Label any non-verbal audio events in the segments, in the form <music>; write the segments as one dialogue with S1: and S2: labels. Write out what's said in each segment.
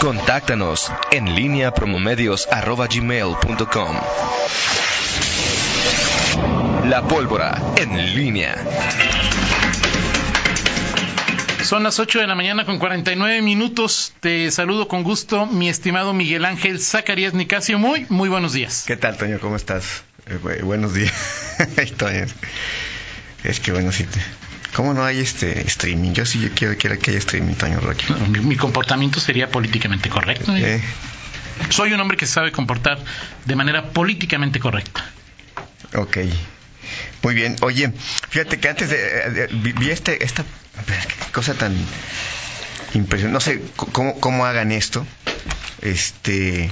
S1: Contáctanos en línea promomedios.com. La pólvora en línea.
S2: Son las 8 de la mañana con 49 minutos. Te saludo con gusto, mi estimado Miguel Ángel Zacarías Nicasio. Muy, muy buenos días.
S3: ¿Qué tal, Toño? ¿Cómo estás? Eh, bu- buenos días. <laughs> Toño. Es que bueno, sí. te- ¿Cómo no hay este streaming? Yo sí yo quiero, quiero que haya streaming, Toño Rocha.
S2: Mi, mi comportamiento sería políticamente correcto. ¿eh?
S3: Eh,
S2: Soy un hombre que sabe comportar de manera políticamente correcta.
S3: ok. Muy bien. Oye, fíjate que antes de, de- vi vi este, esta cosa tan impresionante. No sé c- cómo, cómo hagan esto. Este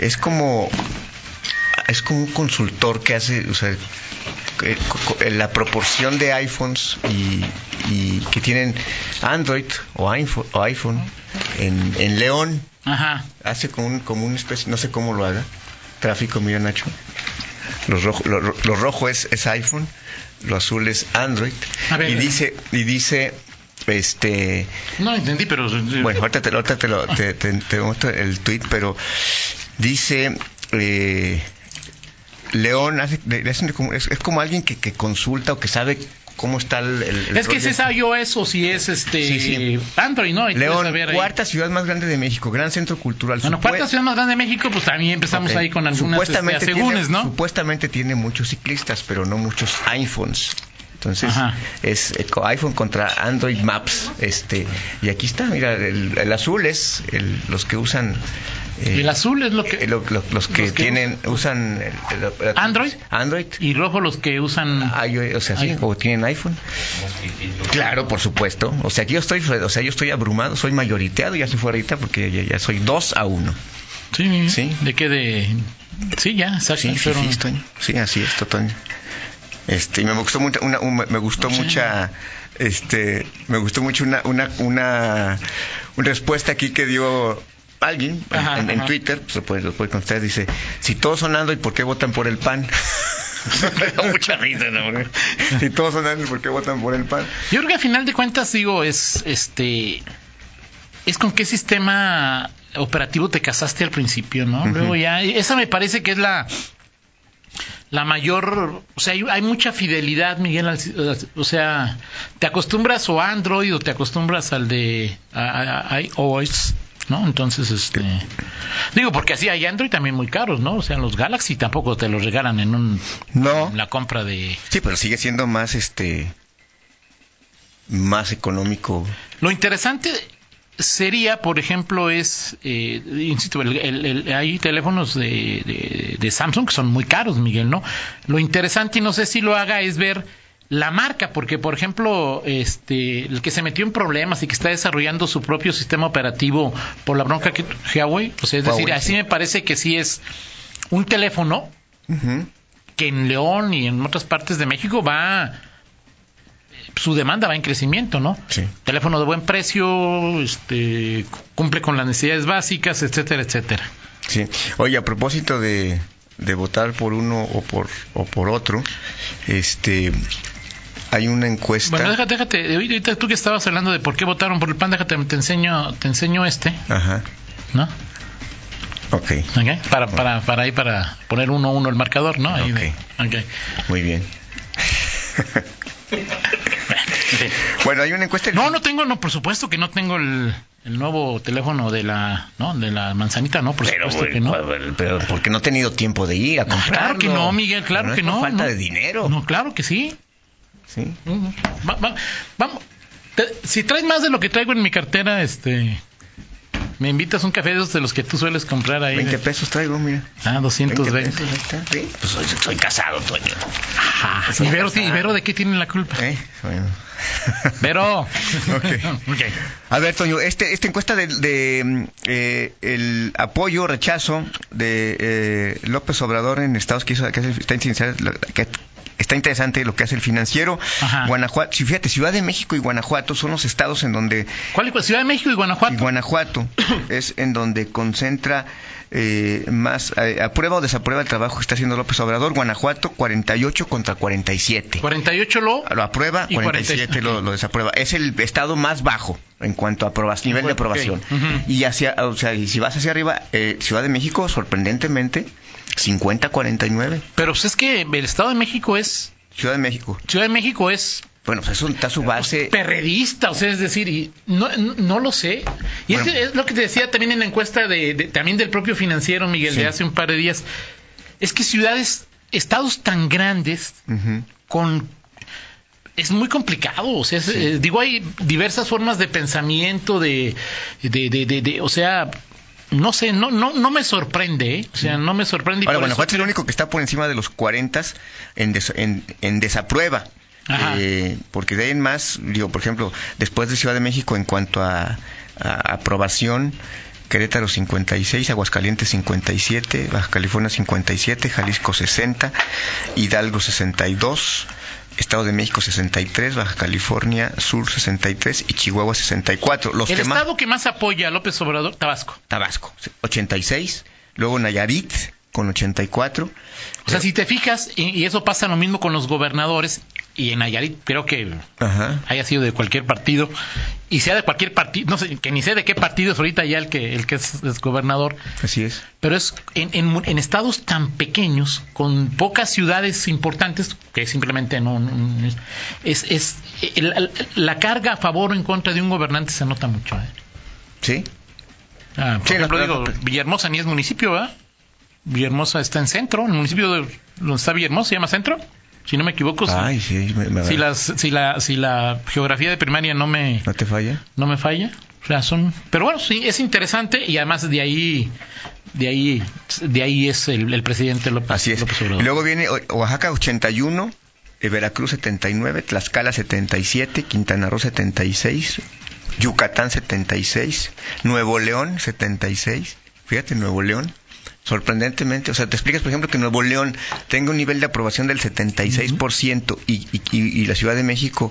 S3: es como es como un consultor que hace, o sea, eh, co- co- eh, la proporción de iPhones y, y que tienen Android o iPhone, o iPhone en, en León
S2: Ajá.
S3: hace como un, como una especie, no sé cómo lo haga. Tráfico, mira Nacho. Lo rojo, lo, ro- lo rojo es, es iPhone, lo azul es Android.
S2: A ver.
S3: y dice, y dice, este,
S2: No lo entendí, pero. eh,
S3: bueno, ahorita te, lo- ahorita te, lo- te- te- te muestro el tweet, pero dice eh, León, hace- le- le hacen como- es, es como alguien que, que consulta o que sabe cómo está el... el- el
S2: es que
S3: rollo.
S2: si es iOS o si es este
S3: Sí, sí.
S2: Android, ¿no? Hay que
S3: León,
S2: saber ahí.
S3: cuarta ciudad más grande de México, gran centro cultural.
S2: Bueno,
S3: Supue-
S2: cuarta ciudad más grande de México, pues también empezamos
S3: Ok.
S2: ahí con algunas este,
S3: supuestamente tiene-
S2: asegúnes, ¿no?
S3: Supuestamente tiene muchos ciclistas, pero no muchos iPhones. Entonces,
S2: Ajá.
S3: es eh, co- iPhone contra Android Maps. este Y aquí está, mira, el, el azul es el- los que usan... eh,
S2: El azul es lo
S3: eh,
S2: que.
S3: lo- lo- los que
S2: los que
S3: tienen usan el- el- el-
S2: Android.
S3: Android
S2: Y rojo los que usan.
S3: Ah, iOS, o sea, sí,
S2: iPhone.
S3: o tienen iPhone. Claro, por supuesto. O sea, aquí yo estoy, o sea, yo estoy abrumado, soy mayoriteado, ya se fue ahorita porque ya, ya soy 2 a 1.
S2: Sí,
S3: Sí.
S2: ¿De qué? De... Sí, ya, exacto.
S3: Sí, sí,
S2: pero-
S3: sí, Toño. Sí, así es, Toño. Este, y me gustó mucho una, una- me gustó
S2: Sí.
S3: mucha este, me gustó mucho una una una, una respuesta aquí que dio alguien en-
S2: Ajá,
S3: en, en
S2: ajá.
S3: Twitter, pues, lo puede, lo puede contestar, dice, si todos son Android, ¿por qué votan por
S2: <laughs>
S3: el PAN? <laughs> me dio mucha risa, <laughs> ¿no? Porque Si todos son Android, ¿por qué votan por el PAN?
S2: Yo creo que a final de cuentas, digo, es este. Es con qué sistema operativo te casaste al principio, ¿no? Luego ya. Esa me parece que es la. La mayor. O sea, hay, hay mucha fidelidad, Miguel. al- al- o sea, te acostumbras o a Android o te acostumbras al de a- a- a iOS. ¿No? Entonces, este. Digo, porque así hay Android también muy caros, ¿no? O sea, los Galaxy tampoco te los regalan en, un,
S3: No.
S2: en la compra de.
S3: Sí, pero sigue siendo más este más económico.
S2: Lo interesante sería, por ejemplo, es, eh, insisto, el- el- el- hay teléfonos de, de- de Samsung que son muy caros, Miguel, ¿no? Lo interesante, y no sé si lo haga, es ver la marca, porque, por ejemplo, este, el que se metió en problemas y que está desarrollando su propio sistema operativo por la bronca que Huawei, o sea, es decir,
S3: Huawei,
S2: así me parece que sí es un teléfono
S3: Ujú.
S2: que en León y en otras partes de México va su demanda va en crecimiento, ¿no?
S3: Sí.
S2: Teléfono de buen precio, este, cumple con las necesidades básicas, etcétera, etcétera.
S3: Sí. Oye, a propósito de, de votar por uno o por o por otro, este hay una encuesta.
S2: Bueno, déjate, déjate, ahorita tú que estabas hablando de por qué votaron por el PAN, déjate, te enseño, te enseño este,
S3: Ajá.
S2: ¿no?
S3: Ok,
S2: Ok, Para, para, para ahí, para poner uno a uno el marcador, ¿no? Ahí de- ok.
S3: muy bien. bueno, hay una encuesta.
S2: No, no tengo, no, por supuesto que no tengo el, el nuevo teléfono de la, ¿no? De la manzanita, ¿no? Por
S3: Pero,
S2: supuesto
S3: bueno,
S2: este que no.
S3: pero- "Pues, pero porque no he tenido tiempo de ir a
S2: No,
S3: comprarlo.
S2: claro que no, Miguel,
S3: Pero
S2: claro
S3: es
S2: que
S3: por
S2: no.
S3: Falta
S2: no.
S3: de dinero.
S2: No, claro que sí.
S3: Sí.
S2: Va- va- vamos. Te- si traes más de lo que traigo en mi cartera, este. Me invitas un café de esos de los que tú sueles comprar ahí.
S3: 20
S2: de-
S3: pesos traigo, mira.
S2: Ah,
S3: 20
S2: 220.
S3: pesos, ahí está. Sí, Pues soy, soy casado, Toño.
S2: Ah, y Vero, sí, y Vero, ¿de qué tiene la
S3: <laughs>
S2: culpa?
S3: Eh,
S2: <laughs>
S3: bueno.
S2: Vero. <laughs> Ok.
S3: A ver, Toño, este, esta encuesta de, de, mm, eh, el apoyo, rechazo de eh, López Obrador en Estados que, hizo- que hace- está, interesante, lo- que está interesante lo que hace el financiero.
S2: Ajá.
S3: Guanajuato, sí, fíjate, Ciudad de México y Guanajuato son los estados en donde
S2: ¿Cuál es? Ciudad de México y Guanajuato.
S3: y Guanajuato es en donde concentra eh, más eh, aprueba o desaprueba el trabajo que está haciendo López Obrador. Guanajuato, 48 contra 47.
S2: 48 lo.
S3: Lo aprueba,
S2: Y
S3: 47 lo, lo desaprueba. Es el estado más bajo en cuanto a aproba- nivel de
S2: Ok.
S3: aprobación.
S2: Ujú.
S3: Y hacia, o sea, y si vas hacia arriba, eh, Ciudad de México, sorprendentemente, 50-49.
S2: Pero pues es que el Estado de México es.
S3: Ciudad de México.
S2: Ciudad de México es
S3: Bueno, pues eso está su base.
S2: perredista, o sea, es decir, y no, no- no lo sé. Y es,
S3: Bueno.
S2: que es lo que te decía también en la encuesta de, de- también del propio financiero Miguel
S3: Sí.
S2: de hace un par de días. Es que ciudades, estados tan grandes
S3: Ujú.
S2: con es muy complicado, o sea, es- eh, digo hay diversas formas de pensamiento de de, de, de- de- o sea, no sé, no no no me sorprende, ¿eh? o sea, no me sorprende y
S3: Ahora,
S2: por
S3: Guanajuato
S2: eso-
S3: es el único que está por encima de los 40 en, des- en, en desaprueba.
S2: Ajá.
S3: Eh, porque de ahí en más, digo, por ejemplo, después de Ciudad de México en cuanto a, a aprobación, Querétaro 56, Aguascalientes 57, Baja California 57, Jalisco 60, Hidalgo 62, Estado de México 63, Baja California Sur 63 y Chihuahua 64. Los
S2: el
S3: que más-
S2: estado que más apoya a López Obrador, Tabasco.
S3: Tabasco 86, luego Nayarit con 84.
S2: O sea, si te fijas, y, y eso pasa lo mismo con los gobernadores, y en Nayarit creo que
S3: Ajá.
S2: haya sido de cualquier partido, y sea de cualquier partido, no sé, que ni sé de qué partido es ahorita ya el que, el que es, es gobernador,
S3: Así es.
S2: pero es en, en mu- en estados tan pequeños, con pocas ciudades importantes, que simplemente no, no- no es, es, es- el- la, la carga a favor o en contra de un gobernante se nota mucho. ¿eh?
S3: Sí.
S2: Ah, por
S3: Sí,
S2: ejemplo,
S3: no,
S2: digo,
S3: pero-
S2: Villahermosa ni es municipio, ¿verdad? Villahermosa está en centro, el municipio de, donde está Villahermosa se llama centro, si no me equivoco. si-
S3: Ay, Pues sí, me- me-
S2: si, las, si, la, si la geografía de primaria no me,
S3: no te falla.
S2: no me falla. O sea, son, pero bueno, sí, es interesante y además de ahí, de ahí, de ahí es el, el presidente López,
S3: Así es.
S2: López Obrador.
S3: Luego pues, viene O- Oaxaca 81, eh, Veracruz 79, Tlaxcala 77, Quintana Roo 76, Yucatán 76, Nuevo León 76. Fíjate, Nuevo León. Sorprendentemente, o sea, te explicas, por ejemplo, que Nuevo León tenga un nivel de aprobación del 76% y, y- y- y la Ciudad de México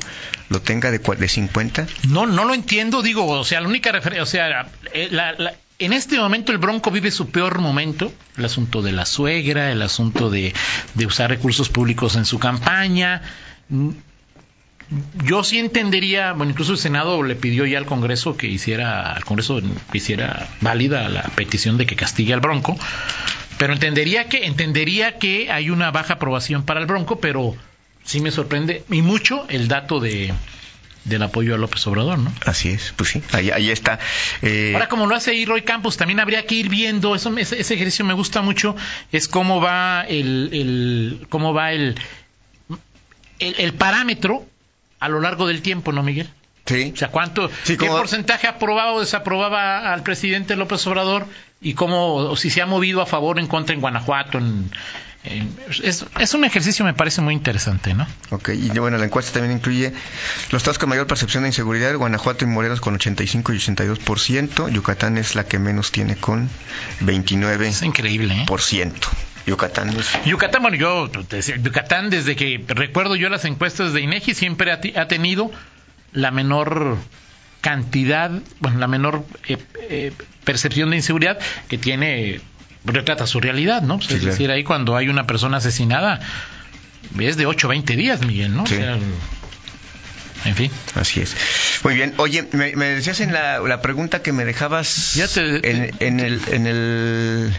S3: lo tenga de, cua- de 50.
S2: No, no lo entiendo, digo, o sea, la única referencia, o sea, eh, la- la- en este momento el Bronco vive su peor momento, el asunto de la suegra, el asunto de, de usar recursos públicos en su campaña. Mm, Yo sí entendería, bueno, incluso el Senado le pidió ya al Congreso que hiciera, al Congreso que hiciera válida la petición de que castigue al Bronco, pero entendería que, entendería que hay una baja aprobación para el Bronco, pero sí me sorprende y mucho el dato de, del apoyo a López Obrador, ¿no?
S3: Así es, pues sí, ahí, ahí está. Eh,
S2: Ahora, como lo hace ahí Roy Campos, también habría que ir viendo, eso, me- ese, ese ejercicio me gusta mucho, es cómo va el, el- cómo va el, el, el parámetro a lo largo del tiempo, ¿no, Miguel?
S3: sí.
S2: O sea, cuánto,
S3: Sí,
S2: qué
S3: cómo-
S2: porcentaje aprobaba o desaprobaba al presidente López Obrador y cómo, o si se ha movido a favor o en contra en Guanajuato. en- en- es, es un ejercicio, me parece muy interesante, ¿no?
S3: Ok, y bueno, la encuesta también incluye los estados con mayor percepción de inseguridad, Guanajuato y Morelos con 85 y 82%, Yucatán es la que menos tiene con
S2: Es
S3: 29%.
S2: increíble, ¿eh?
S3: Yucatán es...
S2: Yucatán, bueno, yo te decía, Yucatán desde que recuerdo yo las encuestas de INEGI siempre ha, ti- ha tenido la menor cantidad, bueno, la menor eh, eh, percepción de inseguridad que tiene retrata su realidad, ¿no? O sea,
S3: Sí,
S2: es
S3: claro.
S2: decir, ahí cuando hay una persona asesinada es de 8 a 20 días, Miguel, ¿no? O
S3: Sí.
S2: sea, en fin.
S3: Así es. Muy bien. Oye, me, me decías en la, la pregunta que me dejabas
S2: Ya te-
S3: en, en el, en, el,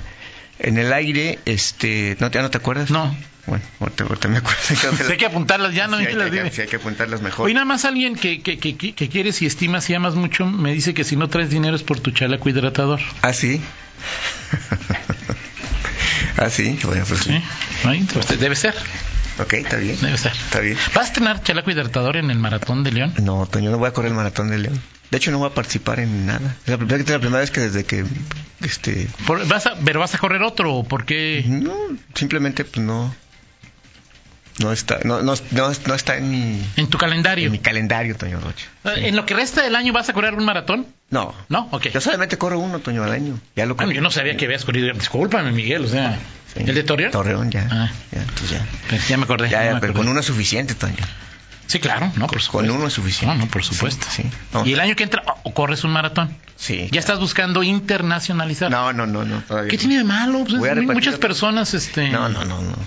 S3: en el aire, este, ¿no, te- ¿ya no te acuerdas?
S2: No.
S3: Bueno, ahorita, ahorita
S2: <laughs>
S3: me acuerdo.
S2: Si hay que apuntarlas ya, no
S3: Sí,
S2: Ya
S3: hay,
S2: las
S3: hay que-
S2: dime.
S3: sí, hay que apuntarlas mejor.
S2: Hoy nada más alguien que, que, que, que- que quieres y estimas y amas mucho me dice que si no traes dinero es por tu chaleco hidratador. <laughs>
S3: ¿Ah, sí? ¿Ah, sí? Bueno, pues
S2: ¿Sí?
S3: sí.
S2: ¿Eh? Ahí, pues, debe ser.
S3: Ok, está bien.
S2: Debe ser.
S3: Está bien.
S2: ¿Vas a tener chaleco hidratador en el maratón de León?
S3: No, Toño, no voy a correr el maratón de León. De hecho, no voy a participar en nada. pues, Es la primera, es la primera vez que desde que... este
S2: Por- vas a- ¿Pero vas a correr otro o por qué?
S3: No, simplemente pues no... No está, no, no, no, no está en mi,
S2: En tu calendario. Ah,
S3: en mi calendario, Toño Rocha.
S2: ¿En lo que resta del año vas a correr un maratón?
S3: No.
S2: ¿No? Ok.
S3: Yo solamente corro uno, Toño, al año. Ya lo
S2: Bueno, Ah, yo no sabía que habías corrido. Discúlpame, Miguel, o sea.
S3: Sí.
S2: ¿El de Torreón?
S3: Torreón, ya.
S2: Ah.
S3: Ya, pues ya.
S2: Ya me acordé.
S3: Ya,
S2: ya
S3: ya,
S2: me
S3: pero
S2: acordé.
S3: con uno es suficiente, Toño.
S2: Sí, claro, no, por
S3: Con
S2: supuesto.
S3: uno es
S2: No,
S3: suficiente.
S2: no, por supuesto.
S3: Sí. sí. No,
S2: Y el año que entra, o- o corres un maratón.
S3: sí.
S2: Ya estás buscando internacionalizar.
S3: No, no, no, no. Todavía
S2: ¿Qué
S3: no.
S2: tiene de malo? Pues,
S3: Voy a
S2: es-
S3: repartir-
S2: muchas personas, este...
S3: No, no, no, no.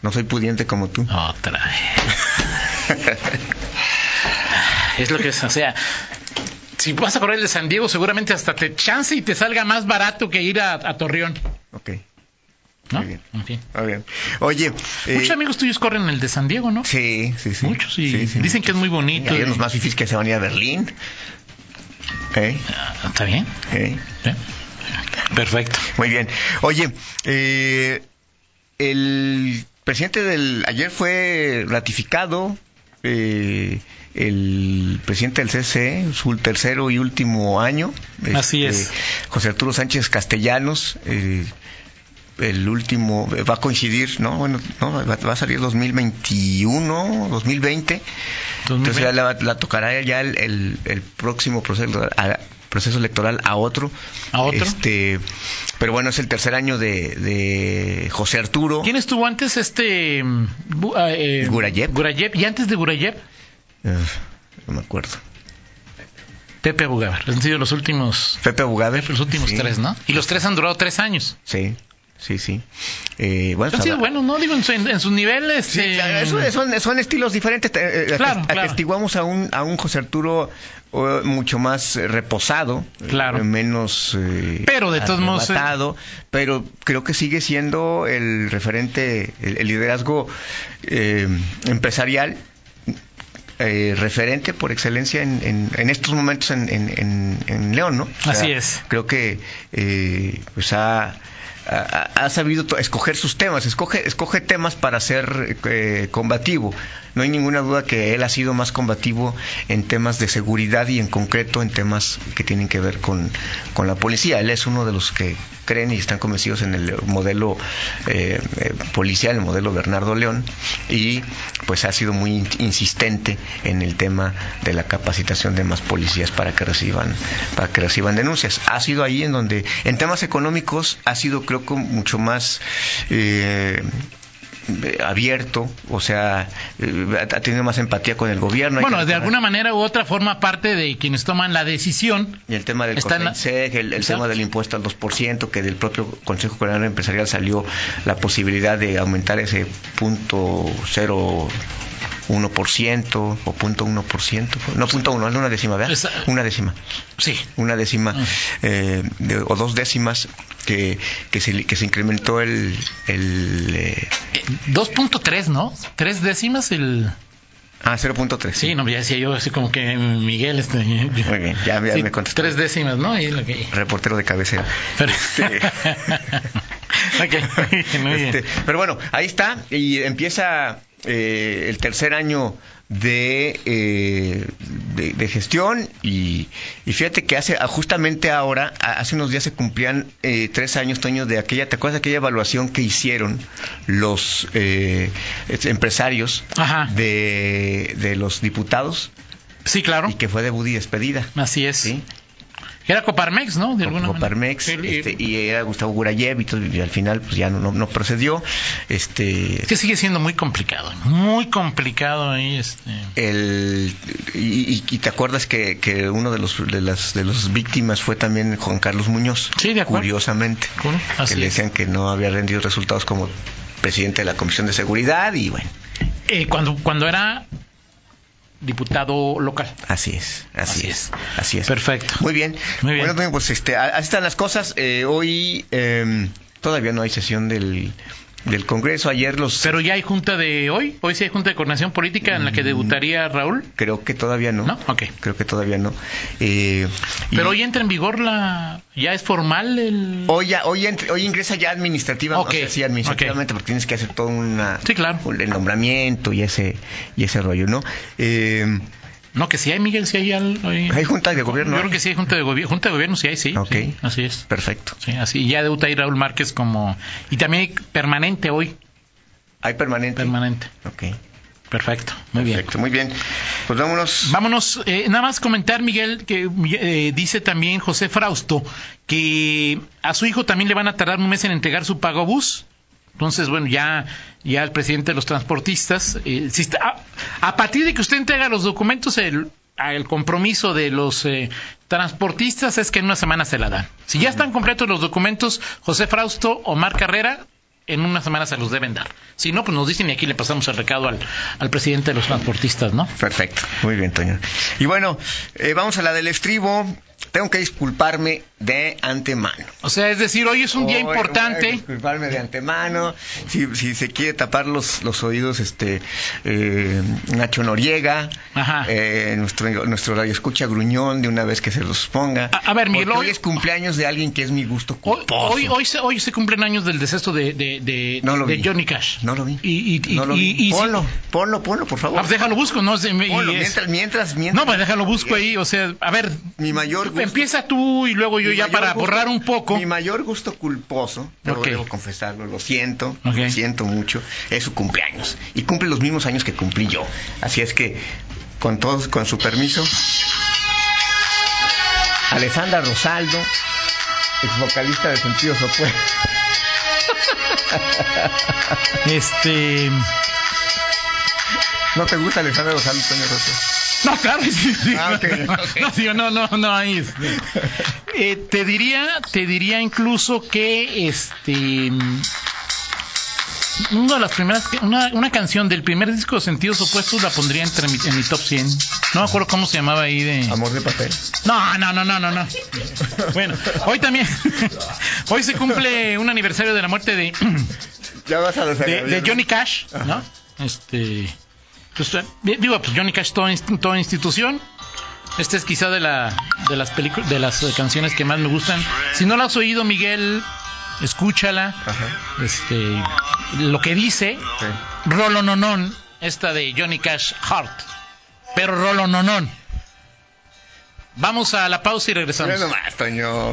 S3: No soy pudiente como tú.
S2: Otra vez. Ah, es lo que es, o sea... Si vas a correr el de San Diego, seguramente hasta te chance y te salga más barato que ir a, a Torreón.
S3: Ok.
S2: ¿no?
S3: Muy bien.
S2: En fin.
S3: Muy bien. Oye. eh,
S2: Muchos amigos tuyos corren el de San Diego, ¿no?
S3: Sí, sí, sí.
S2: Muchos, y
S3: Sí, sí,
S2: dicen que es muy
S3: muchos.
S2: bonito.
S3: Hay
S2: y-
S3: unos más difíciles que se van a ir a Berlín. ¿Eh?
S2: Ah, Está bien.
S3: ¿Eh?
S2: ¿Eh? Perfecto.
S3: Muy bien. Oye, eh, el presidente del. Ayer fue ratificado eh, el presidente del CC, su tercero y último año. este,
S2: Así es.
S3: José Arturo Sánchez Castellanos. eh, el último eh, va a coincidir, ¿no? Bueno, no, va, va a salir 2021, 2020. Entonces ya
S2: 2020.
S3: la, la tocará ya el, el- el próximo proceso, a- proceso electoral a otro.
S2: ¿A otro?
S3: Este, pero bueno, es el tercer año de, de José Arturo.
S2: ¿Quién estuvo antes este... mm, Bu- ah, eh,
S3: Gurayev.
S2: Gurayev. ¿Y antes de Gurayev?
S3: Uf, no me acuerdo.
S2: Pepe Bugabar. Han sido los últimos...
S3: Pepe Bugabe.
S2: Los últimos
S3: Sí,
S2: tres, ¿no? Y los tres han durado tres años.
S3: Sí, sí, sí. Eh, bueno,
S2: Han sido
S3: sabrá-
S2: buenos, ¿no? Digo, en, su- en- en sus niveles...
S3: Sí,
S2: eh,
S3: claro, eso- son, son estilos diferentes. eh, eh,
S2: Claro,
S3: atest-
S2: claro.
S3: Atestiguamos a un, a un José Arturo eh, mucho más eh, reposado,
S2: Claro.
S3: eh, menos. eh,
S2: Pero, de todos modos, eh,
S3: arrebatado, Pero creo que sigue siendo el referente, el, el liderazgo eh, empresarial. eh, referente por excelencia en, en- en estos momentos en, en- en- en León, ¿no? O
S2: Así es.
S3: Creo que eh, pues ha, ha- ha sabido to- escoger sus temas, escoge, escoge temas para ser eh, combativo. No hay ninguna duda que él ha sido más combativo en temas de seguridad y en concreto en temas que tienen que ver con, con la policía. Él es uno de los que creen y están convencidos en el modelo eh, eh, policial, el modelo Bernardo León, y pues ha sido muy in- insistente en el tema de la capacitación de más policías para que reciban para que reciban denuncias. Ha sido ahí en donde en temas económicos ha sido creo que mucho más eh, eh, abierto, o sea, eh, ha tenido más empatía con el gobierno. Hay
S2: Bueno, de
S3: que recordar-
S2: alguna manera u otra forma parte de quienes toman la decisión.
S3: Y el tema del
S2: Está en la-
S3: COFENSEG, el, el
S2: Exacto.
S3: tema del impuesto al 2%, que del propio Consejo Coordinador Empresarial salió la posibilidad de aumentar ese punto cero uno por ciento o punto uno por ciento no punto uno hazle una décima ¿verdad?
S2: Esa-
S3: una décima
S2: Sí.
S3: una décima
S2: Ah.
S3: eh, de- o dos décimas que, que, se, que se incrementó el, el eh,
S2: Eh, 2.3, ¿no? Tres décimas el...
S3: ah 0.3
S2: Sí, no, ya decía yo así como que Miguel... Este,
S3: muy bien ya, ya
S2: Sí,
S3: me contestó
S2: tres décimas, ¿no? Y lo que...
S3: reportero de cabecera
S2: Pero...
S3: Este-
S2: <laughs> Ok, muy bien, muy bien.
S3: Este, pero bueno, ahí está y empieza eh, el tercer año de, eh, de, de gestión y, y fíjate que hace ah, justamente ahora, a- hace unos días se cumplían eh, tres años, Toño, de aquella, ¿te acuerdas de aquella evaluación que hicieron los eh, es- empresarios
S2: Ajá.
S3: de, de los diputados
S2: Sí, claro.
S3: y que fue de Buddy despedida?
S2: Así es.
S3: ¿sí?
S2: Era Coparmex, ¿no? De alguna manera.
S3: Coparmex,
S2: El- el-
S3: este, y era Gustavo Gurayev y, todo, y al final pues ya no, no- no procedió. Este,
S2: Es que sigue siendo muy complicado, muy complicado ahí, este.
S3: el y, y- y te acuerdas que, que uno de los de las de los víctimas fue también Juan Carlos Muñoz
S2: Sí, de acuerdo.
S3: curiosamente
S2: Cool. Así
S3: que le
S2: es.
S3: decían que no había rendido resultados como presidente de la comisión de seguridad y bueno
S2: Eh, cuando, cuando era diputado local.
S3: así es así,
S2: Así
S3: es.
S2: es.
S3: así es
S2: Perfecto.
S3: muy bien
S2: Muy bien.
S3: bueno Toño, pues este a- así están las cosas Eh, hoy eh, todavía no hay sesión del del Congreso ayer los
S2: Pero ya hay junta de hoy, hoy sí hay junta de coordinación política en la que debutaría Raúl.
S3: creo que todavía Mm. no
S2: No, ok.
S3: creo que todavía no Eh, y-
S2: Pero hoy entra en vigor la. Ya es formal el.
S3: Hoy, ya- hoy, ent- hoy ingresa ya administrativa,
S2: Ok,
S3: no sé si administrativamente, porque tienes que hacer todo una,
S2: Sí, claro.
S3: un- el nombramiento y ese, y ese rollo, ¿no? Eh,
S2: No, que si hay, Miguel, si hay al- hoy-
S3: ¿Hay junta de gobierno?
S2: Yo creo que sí hay junta de gobierno. Junta de gobierno, sí hay, sí.
S3: Ok.
S2: sí, así es.
S3: Perfecto.
S2: Sí, así. Ya debuta ahí Raúl Márquez como. Y también hay permanente hoy.
S3: ¿Hay permanente?
S2: Permanente.
S3: Ok,
S2: Perfecto. Muy bien.
S3: perfecto. Muy bien. Pues vámonos.
S2: Vámonos, eh, nada más comentar, Miguel, que eh, dice también José Frausto que a su hijo también le van a tardar un mes en entregar su pago bus. Entonces, bueno, ya, ya el presidente de los transportistas, eh, si está- a, a partir de que usted entrega los documentos, el, al compromiso de los eh, transportistas es que en una semana se la dan. Si ya están completos los documentos, José Frausto, Omar Carrera, en una semana se los deben dar. Si no, pues nos dicen y aquí le pasamos el recado al, al presidente de los transportistas, ¿no?
S3: Perfecto, muy bien, Toño. Y bueno, eh, vamos a la del estribo. Tengo que disculparme de antemano.
S2: O sea, es decir, hoy es un día
S3: Hoy voy a
S2: importante.
S3: Disculparme de antemano. Si, si se quiere tapar los, los oídos, este eh, Nacho Noriega,
S2: Ajá.
S3: eh, nuestro, nuestro radio escucha gruñón de una vez que se los ponga.
S2: A- a ver, Miguel,
S3: Porque
S2: hoy-
S3: hoy es cumpleaños de alguien que es mi gusto
S2: Hoy,
S3: culposo.
S2: hoy, hoy se, hoy se cumplen años del deceso de, de, de-
S3: No lo
S2: de
S3: vi.
S2: Johnny Cash.
S3: No lo vi.
S2: Y, y, y-
S3: No lo
S2: y-
S3: vi.
S2: y-
S3: ponlo, ponlo, ponlo, por favor.
S2: Ah, pues déjalo busco, no sé, me- y
S3: Ponlo,
S2: es-
S3: mientras, mientras, mientras.
S2: No, pues déjalo busco ahí, o sea, a ver,
S3: Mi mayor gusto.
S2: empieza tú y luego yo
S3: Mi
S2: ya
S3: mayor
S2: para
S3: gusto-
S2: borrar un poco.
S3: Mi mayor gusto culposo, debo-
S2: Ok.
S3: debo confesarlo, lo siento,
S2: Ok.
S3: lo siento mucho, es su cumpleaños. Y cumple los mismos años que cumplí yo. Así es que, con todos, con su permiso. Alejandra Rosaldo, ex vocalista de Sentidos Opuestos.
S2: Este,
S3: ¿No te gusta Alejandra Rosaldo, Toño Rosa?
S2: no, claro, sí, sí.
S3: Ah, ok,
S2: <laughs>
S3: ok.
S2: No, digo, no, no, no, ahí. este. Eh, te diría, te diría incluso que este una de las primeras una, una canción del primer disco de Sentidos Opuestos la pondría entre mi, en mi top 100. No me acuerdo cómo se llamaba ahí de
S3: Amor de papel.
S2: No, no, no, no, no, no. Bueno, hoy también <laughs> hoy se cumple un aniversario de la muerte de <clears throat>
S3: Ya vas a los
S2: de, de
S3: agraviar.
S2: Johnny Cash, ¿no?
S3: Ajá.
S2: Este. pues, eh, digo, pues Johnny Cash, toda, inst- toda institución. Esta es quizá de, la, de las películas, de las eh, canciones que más me gustan. Si no la has oído, Miguel, escúchala.
S3: Ajá.
S2: Este, lo que dice
S3: Sí.
S2: Rolo Nonon, esta de Johnny Cash Heart. Pero Rolo Nonon. Vamos a la pausa y regresamos.
S3: Mira nomás, Toño.